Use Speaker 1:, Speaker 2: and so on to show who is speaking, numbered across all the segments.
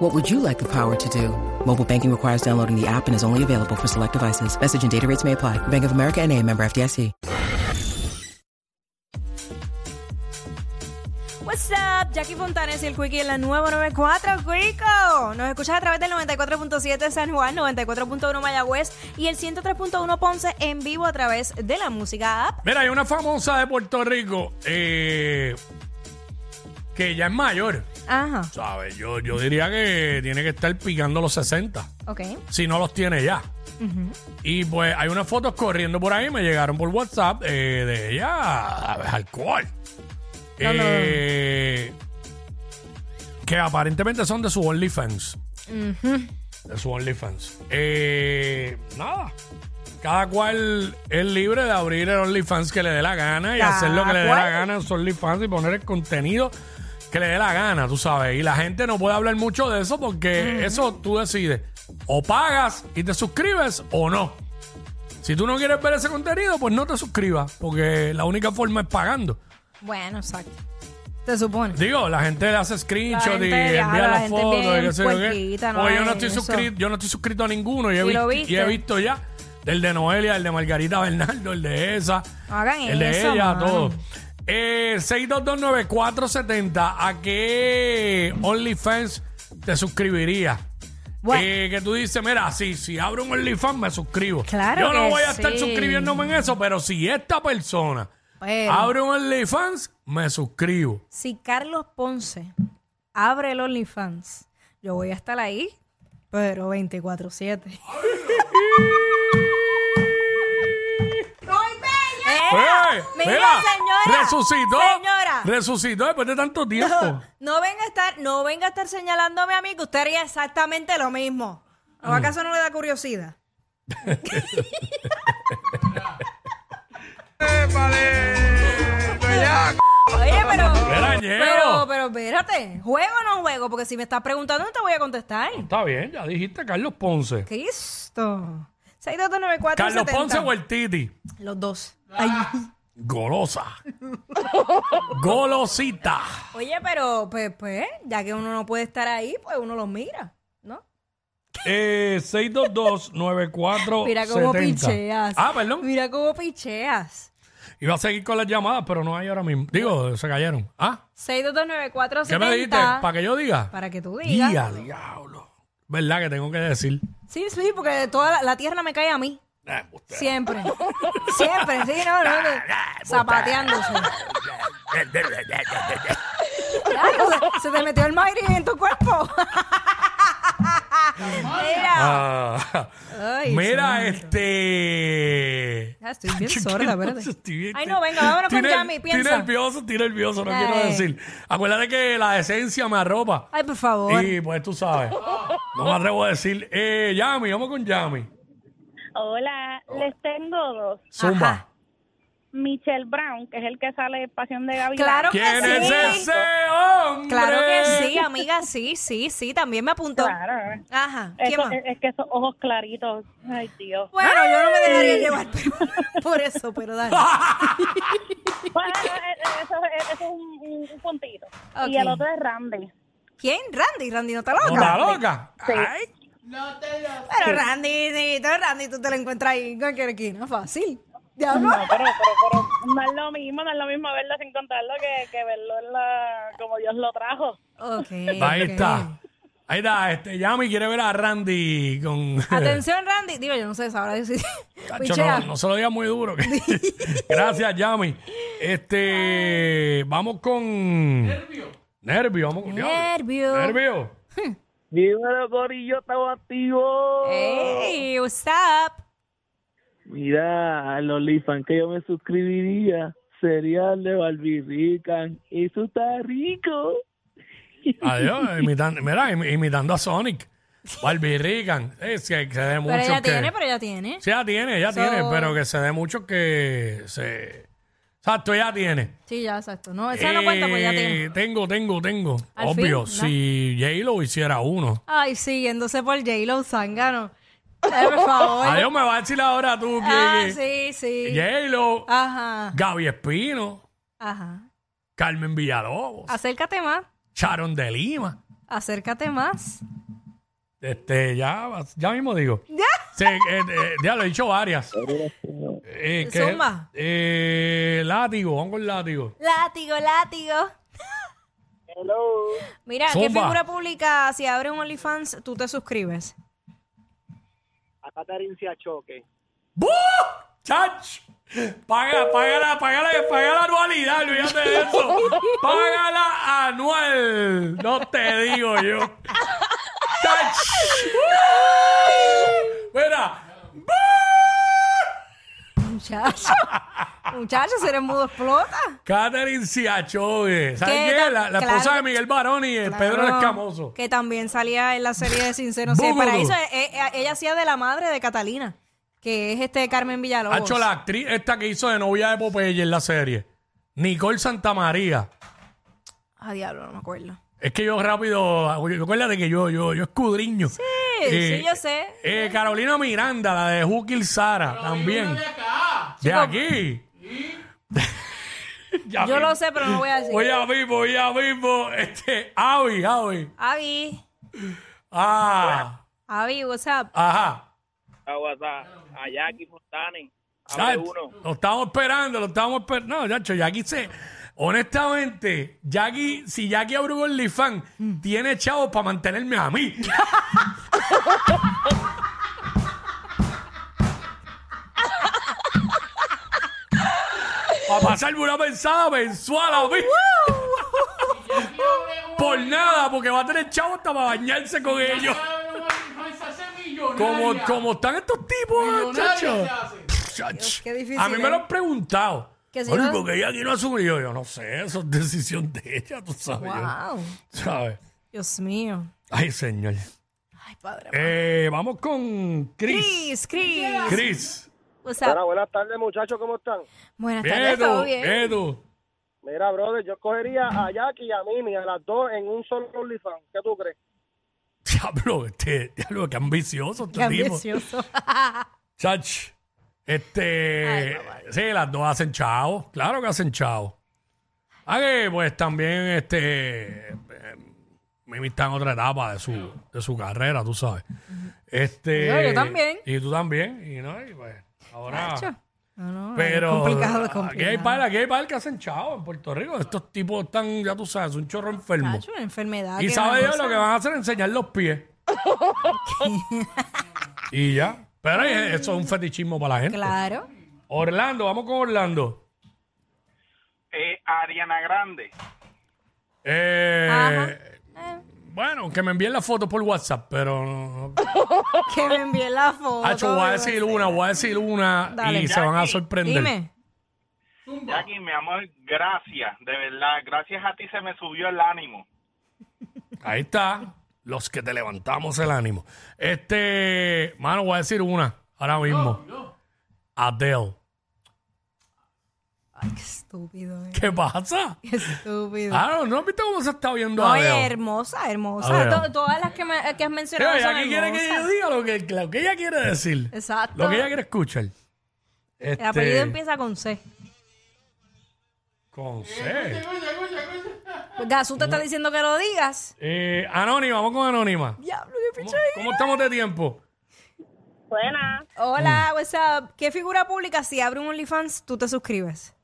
Speaker 1: What would you like the power to do? Mobile banking requires downloading the app and is only available for select devices. Message and data rates may apply. Bank of America and a member FDIC.
Speaker 2: What's up, Jackie Fontanes y el Quickie en la nueva 94, Quico. Nos escuchas a través del 94.7 San Juan, 94.1 Mayagüez y el 103.1 Ponce en vivo a través de la música app.
Speaker 3: Mira, hay una famosa de Puerto Rico eh, que ya es mayor,
Speaker 2: Ajá,
Speaker 3: ¿sabes? Yo, yo diría que tiene que estar picando los 60,
Speaker 2: ok.
Speaker 3: si no los tiene ya. Y pues hay unas fotos corriendo por ahí, me llegaron por WhatsApp eh, de ella, a ver, alcohol.
Speaker 2: No, no, no.
Speaker 3: Eh, Que aparentemente son de su OnlyFans. De su OnlyFans. Eh, nada. Cada cual es libre de abrir el OnlyFans que le dé la gana y
Speaker 2: Cada
Speaker 3: hacer lo que le dé la
Speaker 2: cual.
Speaker 3: gana en su OnlyFans y poner el contenido que le dé la gana, tú sabes. Y la gente no puede hablar mucho de eso porque eso tú decides. O pagas y te suscribes o no. Si tú no quieres ver ese contenido, pues no te suscribas porque la única forma es pagando.
Speaker 2: Bueno, exacto. Se supone.
Speaker 3: Digo, la gente le hace screenshot
Speaker 2: gente,
Speaker 3: y
Speaker 2: ya,
Speaker 3: envía
Speaker 2: la
Speaker 3: las
Speaker 2: gente
Speaker 3: fotos y
Speaker 2: bien
Speaker 3: qué sé yo qué.
Speaker 2: puerquita, no
Speaker 3: Oye, yo no
Speaker 2: es
Speaker 3: estoy
Speaker 2: eso.
Speaker 3: suscrito, yo no estoy suscrito a ninguno y he,
Speaker 2: Y lo
Speaker 3: visto, y he
Speaker 2: viste.
Speaker 3: visto ya el de Noelia, el de Margarita Bernardo, el de esa,
Speaker 2: No hagan
Speaker 3: el de
Speaker 2: eso,
Speaker 3: ella,
Speaker 2: mano.
Speaker 3: todo. Eh, 6229470, ¿a qué OnlyFans te suscribirías?
Speaker 2: Bueno.
Speaker 3: Eh, que tú dices, mira, si, si abro un OnlyFans me suscribo.
Speaker 2: Claro
Speaker 3: Yo no
Speaker 2: que
Speaker 3: voy a estar
Speaker 2: sí.
Speaker 3: suscribiéndome en eso, pero si esta persona
Speaker 2: Pero-
Speaker 3: abre un OnlyFans, me suscribo.
Speaker 2: Si Carlos Ponce abre el OnlyFans, yo voy a estar ahí, pero 24-7.
Speaker 3: ¡Eh!
Speaker 2: Mira,
Speaker 3: Mira,
Speaker 2: señora.
Speaker 3: Resucitó.
Speaker 2: Señora.
Speaker 3: Resucitó después de tanto tiempo.
Speaker 2: No, no venga a estar, no venga a estar señalándome a mí que usted haría exactamente lo mismo.
Speaker 3: Mm.
Speaker 2: ¿O acaso no le da curiosidad? Oye, pero,
Speaker 3: Mira,
Speaker 2: pero,
Speaker 3: ñero.
Speaker 2: pero espérate, ¿juego o no juego? Porque si me estás preguntando no te voy a contestar.
Speaker 3: Está bien, ya dijiste Carlos Ponce.
Speaker 2: Cristo. 6229470.
Speaker 3: Carlos Ponce o el Titi.
Speaker 2: Los dos. Ay.
Speaker 3: Golosa. Golosita.
Speaker 2: Oye, pero pues, pues, ya que uno no puede estar ahí, pues uno los mira, ¿no?
Speaker 3: Eh, 622-9470.
Speaker 2: Mira cómo picheas.
Speaker 3: Ah, perdón.
Speaker 2: Mira cómo picheas.
Speaker 3: Iba a seguir con las llamadas, pero no hay ahora mismo. Digo, se cayeron. Ah,
Speaker 2: 6229470.
Speaker 3: ¿qué me dijiste? ¿Para que yo diga?
Speaker 2: Para que tú digas.
Speaker 3: Día, diablo. ¿Verdad que tengo que decir?
Speaker 2: Sí, sí, porque de toda la, la tierra me cae a mí.
Speaker 3: Eh, usted.
Speaker 2: Siempre. Siempre, sí, no, no. no. Zapateándose. Claro, se, se te metió el Mayri en tu cuerpo. Mira.
Speaker 3: Ah.
Speaker 2: Ay,
Speaker 3: Mira,
Speaker 2: santo.
Speaker 3: este.
Speaker 2: Ah, estoy bien
Speaker 3: Estoy
Speaker 2: sorda, espérate.
Speaker 3: nervioso, estoy bien- este.
Speaker 2: Ay, no, venga, vámonos con
Speaker 3: Estoy ner-
Speaker 2: Yami, piensa.
Speaker 3: Estoy nervioso, estoy nervioso, no
Speaker 2: Ay.
Speaker 3: quiero decir. Acuérdate que la esencia me arropa.
Speaker 2: Ay, por favor.
Speaker 3: Y pues tú sabes. No me atrevo a decir. Eh, Yami, vamos con Yami.
Speaker 4: Hola, les tengo dos.
Speaker 3: Zumba.
Speaker 2: Ajá.
Speaker 4: Michelle Brown, que es el que sale de Pasión de Gavilanes.
Speaker 2: Claro que
Speaker 3: ¿Quién es
Speaker 2: sí.
Speaker 3: ese hombre?
Speaker 2: Claro que sí, amiga, sí, sí, sí, también me apuntó.
Speaker 4: Claro.
Speaker 2: Ajá, ¿qué
Speaker 4: Eso-
Speaker 2: más?
Speaker 4: es, es que esos ojos claritos. Ay, Dios.
Speaker 2: Bueno, yo no me dejaría llevar por- por eso, pero dale.
Speaker 4: Bueno, eh, eh, eso, eh, eso es un, un- un puntito. Y
Speaker 2: Ok.
Speaker 4: el otro es Randy.
Speaker 2: ¿Quién? Randy, Randy no está loca.
Speaker 3: ¿No está loca? Ay,
Speaker 2: Pero Randy, sí, tú, Randy, tú te lo encuentras ahí en cualquier esquina, fácil. Diablo.
Speaker 4: No, pero, pero, pero no es lo mismo, no es lo mismo verlo sin contarlo que, que verlo en la, como Dios lo trajo.
Speaker 2: Ok.
Speaker 3: Ahí
Speaker 2: ok.
Speaker 3: está. Ahí está, este, Yami quiere ver a Randy con.
Speaker 2: Atención, Randy. Digo, yo no sé, sabrá Dios si.
Speaker 3: Tacho,
Speaker 2: Pichea.
Speaker 3: no, no se lo digas muy duro. que- Gracias, Yami. Este, vamos con. Nervio. Nervio, vamos con.
Speaker 2: Nervio.
Speaker 3: Nervio.
Speaker 5: Dímelo, Corillo, estaba activo.
Speaker 2: Hey, what's up?
Speaker 5: Mira, al OnlyFans que yo me suscribiría sería el de Barbie Rican. Eso está rico.
Speaker 3: Adiós, imitando, mira, im- imitando a Sonic. Barbie Rican. Es que se dé
Speaker 2: Pero
Speaker 3: muchos
Speaker 2: ella
Speaker 3: que.
Speaker 2: tiene, pero ella tiene.
Speaker 3: Sí, ya tiene, ya
Speaker 2: So-
Speaker 3: tiene, pero que se dé muchos que se. Exacto, ya tiene.
Speaker 2: Sí, ya, exacto. No, esa no cuenta porque ya
Speaker 3: Eh,
Speaker 2: tiene.
Speaker 3: Tengo, tengo, tengo.
Speaker 2: Al
Speaker 3: Obvio,
Speaker 2: fin, ¿no?
Speaker 3: si J-Lo hiciera uno.
Speaker 2: Ay, sí, yéndose por J-Lo Zangano. Ay, Por favor.
Speaker 3: Adiós, me va a decir ahora tú que.
Speaker 2: ah, sí,
Speaker 3: que-
Speaker 2: sí.
Speaker 3: J-Lo,
Speaker 2: Ajá,
Speaker 3: Gaby Espino,
Speaker 2: ajá.
Speaker 3: Carmen Villalobos,
Speaker 2: Acércate más.
Speaker 3: Sharon de Lima.
Speaker 2: Acércate más.
Speaker 3: Este, ya, ya mismo digo. Sí, eh, eh, ya lo he dicho varias. Eh, que-
Speaker 2: Zumba.
Speaker 3: eh, látigo, vamos con látigo.
Speaker 2: Látigo, látigo.
Speaker 5: Hello.
Speaker 2: Mira, ¿qué
Speaker 3: Zumba.
Speaker 2: figura pública si abre un OnlyFans tú te suscribes?
Speaker 5: A Catherine se achoque.
Speaker 3: ¡Bú! ¡Chach! Paga, paga la, paga la, paga la anualidad, olvídate de eso. Paga la anual. No te digo yo. ¡Chach! ¡Uh! Mira,
Speaker 2: Muchacho. Muchacho, si eres mudo, explota.
Speaker 3: Catherine Siachogue. ¿Sabes
Speaker 2: Que
Speaker 3: quién?
Speaker 2: ta-
Speaker 3: La, la
Speaker 2: claro.
Speaker 3: esposa de Miguel Barón y el Pedro el
Speaker 2: Claro,
Speaker 3: Escamoso.
Speaker 2: Que también salía en la serie de Sincero sí,
Speaker 3: Búgudu.
Speaker 2: para eso eh, ella hacía de la madre de Catalina, que es este Carmen
Speaker 3: Ha
Speaker 2: Villalobos.
Speaker 3: hecho la actriz esta que hizo de novia de Popeye en la serie. Nicole Santamaría.
Speaker 2: Ah, diablo, no me acuerdo.
Speaker 3: Es que yo rápido, acuérdate que yo, yo, yo escudriño. Sí,
Speaker 2: sí, yo sé.
Speaker 3: Eh, Carolina Miranda, la de Jukil Sara, también. De aquí. Ya
Speaker 2: Yo
Speaker 3: mismo.
Speaker 2: lo sé, pero no voy a decir.
Speaker 3: Voy a vivo, ya vivo. Este, Avi, Avi.
Speaker 2: Avi,
Speaker 3: Ah,
Speaker 2: Avi, what's up?
Speaker 3: ajá.
Speaker 5: A WhatsApp. A Jackie Fontane.
Speaker 3: Ya, Lo estamos esperando, lo estamos esperando. No, Yacho, Jackie se. Honestamente, Jackie, si Jackie abre un OnlyFans,
Speaker 2: Mm.
Speaker 3: tiene chavos para mantenerme a mí. para pasarme una pensada mensual a mí. Por nada, porque va a tener chavos hasta para bañarse con ellos. Como, como están estos tipos, chacho. Chach.
Speaker 2: qué difícil,
Speaker 3: A mí me
Speaker 2: ¿eh?
Speaker 3: lo han preguntado.
Speaker 2: Que si
Speaker 3: Oye,
Speaker 2: no-
Speaker 3: porque ella aquí no asumió. Yo, yo no sé, eso es decisión de ella, tú sabes. yo-
Speaker 2: Wow.
Speaker 3: ¿Sabes?
Speaker 2: Dios mío.
Speaker 3: Ay, señor.
Speaker 2: Ay, padre.
Speaker 3: Eh, vamos con Chris.
Speaker 2: Chris, Chris.
Speaker 3: Chris.
Speaker 2: What's up?
Speaker 5: Ah, buenas tardes, muchachos. ¿Cómo están?
Speaker 2: Buenas tardes,
Speaker 3: Edu,
Speaker 2: ¿todo bien?
Speaker 3: Edu.
Speaker 5: Mira, brother, yo cogería a Jackie y a Mimi, a las dos, en un solo OnlyFans. ¿Qué tú crees?
Speaker 3: Diablo, este, diablo, qué ambicioso este
Speaker 2: Qué
Speaker 3: tipo.
Speaker 2: ambicioso.
Speaker 3: Chach. Este. sí, las dos hacen chao. Claro que hacen chao. Ah, que pues también este. eh, Mimi está en otra etapa de su, de su carrera, tú sabes. Este.
Speaker 2: Yo- yo también.
Speaker 3: Y tú también. Y no, y pues. Ahora.
Speaker 2: Nacho. No, no,
Speaker 3: Pero. ah,
Speaker 2: es complicado, es
Speaker 3: Aquí hay
Speaker 2: complicado.
Speaker 3: par, aquí hay par que hacen chao en Puerto Rico. Estos tipos están, ya tú sabes, un chorro enfermo.
Speaker 2: Nacho, una enfermedad.
Speaker 3: Y
Speaker 2: que
Speaker 3: sabe
Speaker 2: no
Speaker 3: Dios lo que van a hacer, enseñar los pies. y ya. Pero eh, eso es un fetichismo para la gente.
Speaker 2: Claro.
Speaker 3: Orlando, vamos con Orlando.
Speaker 5: Ariana Grande.
Speaker 3: Eh,
Speaker 2: Ajá.
Speaker 3: bueno, que me envíen la foto por WhatsApp, pero no. no.
Speaker 2: Que me envíen la foto.
Speaker 3: Hacho, voy a
Speaker 2: me
Speaker 3: decir una, voy a decir una
Speaker 2: Dale.
Speaker 3: y se van a sorprender.
Speaker 2: Dime.
Speaker 6: Jackie, mi amor, gracias, de verdad, gracias a ti se me subió el ánimo.
Speaker 3: Ahí está, los que te levantamos el ánimo. Este, mano, voy a decir una ahora mismo. Adele.
Speaker 2: Ay, qué estúpido, eh.
Speaker 3: ¿Qué pasa?
Speaker 2: Qué estúpido.
Speaker 3: Ah, no, ¿no has visto cómo se está viendo
Speaker 2: No,
Speaker 3: Adele?
Speaker 2: Oye, hermosa, hermosa.
Speaker 3: Adele.
Speaker 2: To- todas las que, me- que has mencionado
Speaker 3: Pero
Speaker 2: son
Speaker 3: aquí quiere que yo
Speaker 2: hermosas.
Speaker 3: diga lo que, lo que ella quiere decir.
Speaker 2: Exacto.
Speaker 3: Lo que ella quiere escuchar. Este,
Speaker 2: El apellido empieza con C.
Speaker 3: Con C.
Speaker 2: Gasú te está diciendo que lo digas.
Speaker 3: Eh, anónima, vamos con Anónima.
Speaker 2: Diablo, qué
Speaker 3: ¿Cómo,
Speaker 2: picha es.
Speaker 3: cómo estamos de tiempo?
Speaker 4: Buenas.
Speaker 3: Mm.
Speaker 2: Hola, what's up? ¿Qué figura pública si abre un OnlyFans tú te suscribes?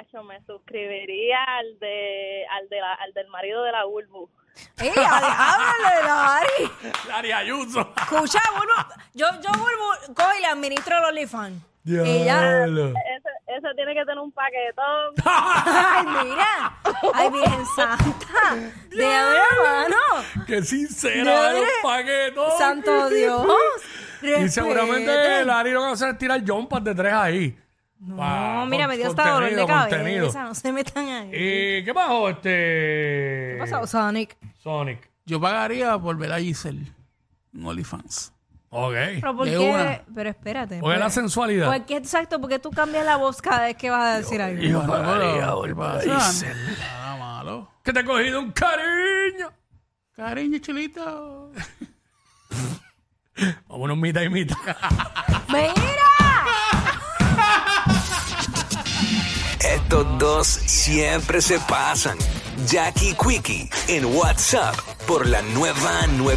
Speaker 4: Acho, Ah, me suscribiría al de al de la- al del marido de la Ulbu.
Speaker 2: ¡Ey, háblale, Lari!
Speaker 3: Lari Ayuso.
Speaker 2: Escucha, Bulbo. Yo, yo Bulbo, cojo y le administro el OnlyFans. Y ya.
Speaker 3: Diablo.
Speaker 4: Ese, ese tiene que tener un paquetón.
Speaker 2: Ay, mira. Ay, Virgen Santa. De hermano.
Speaker 3: Qué
Speaker 2: Diablo.
Speaker 3: sincera de los paquetos.
Speaker 2: Santo Dios.
Speaker 3: Y
Speaker 2: Respeten.
Speaker 3: seguramente Lari lo que va a hacer es tirar jumpas de tres ahí. Ah,
Speaker 2: No, mira, me dio hasta dolor de cabeza. No se metan ahí.
Speaker 3: Eh, ¿Y qué pasó, este?
Speaker 2: ¿Qué pasó, Sonic?
Speaker 3: Sonic.
Speaker 7: Yo pagaría por ver a Giselle en OnlyFans.
Speaker 3: Ok.
Speaker 2: Pero ¿por
Speaker 7: De
Speaker 2: qué?
Speaker 7: una.
Speaker 2: Pero espérate.
Speaker 3: Porque la sensualidad.
Speaker 2: ¿Por qué exacto? Porque tú cambias la voz cada vez que vas a decir algo.
Speaker 7: Bueno, pero,
Speaker 3: por
Speaker 7: ¿qué
Speaker 3: ver a
Speaker 7: pasa?
Speaker 3: Giselle.
Speaker 7: Nada malo.
Speaker 3: Que te he cogido un cariño.
Speaker 7: Cariño, chilito.
Speaker 3: Vámonos mitad y mitad.
Speaker 2: ¡Mira!
Speaker 8: Estos dos siempre se pasan. Jackie Quickie en WhatsApp por la nueva 9.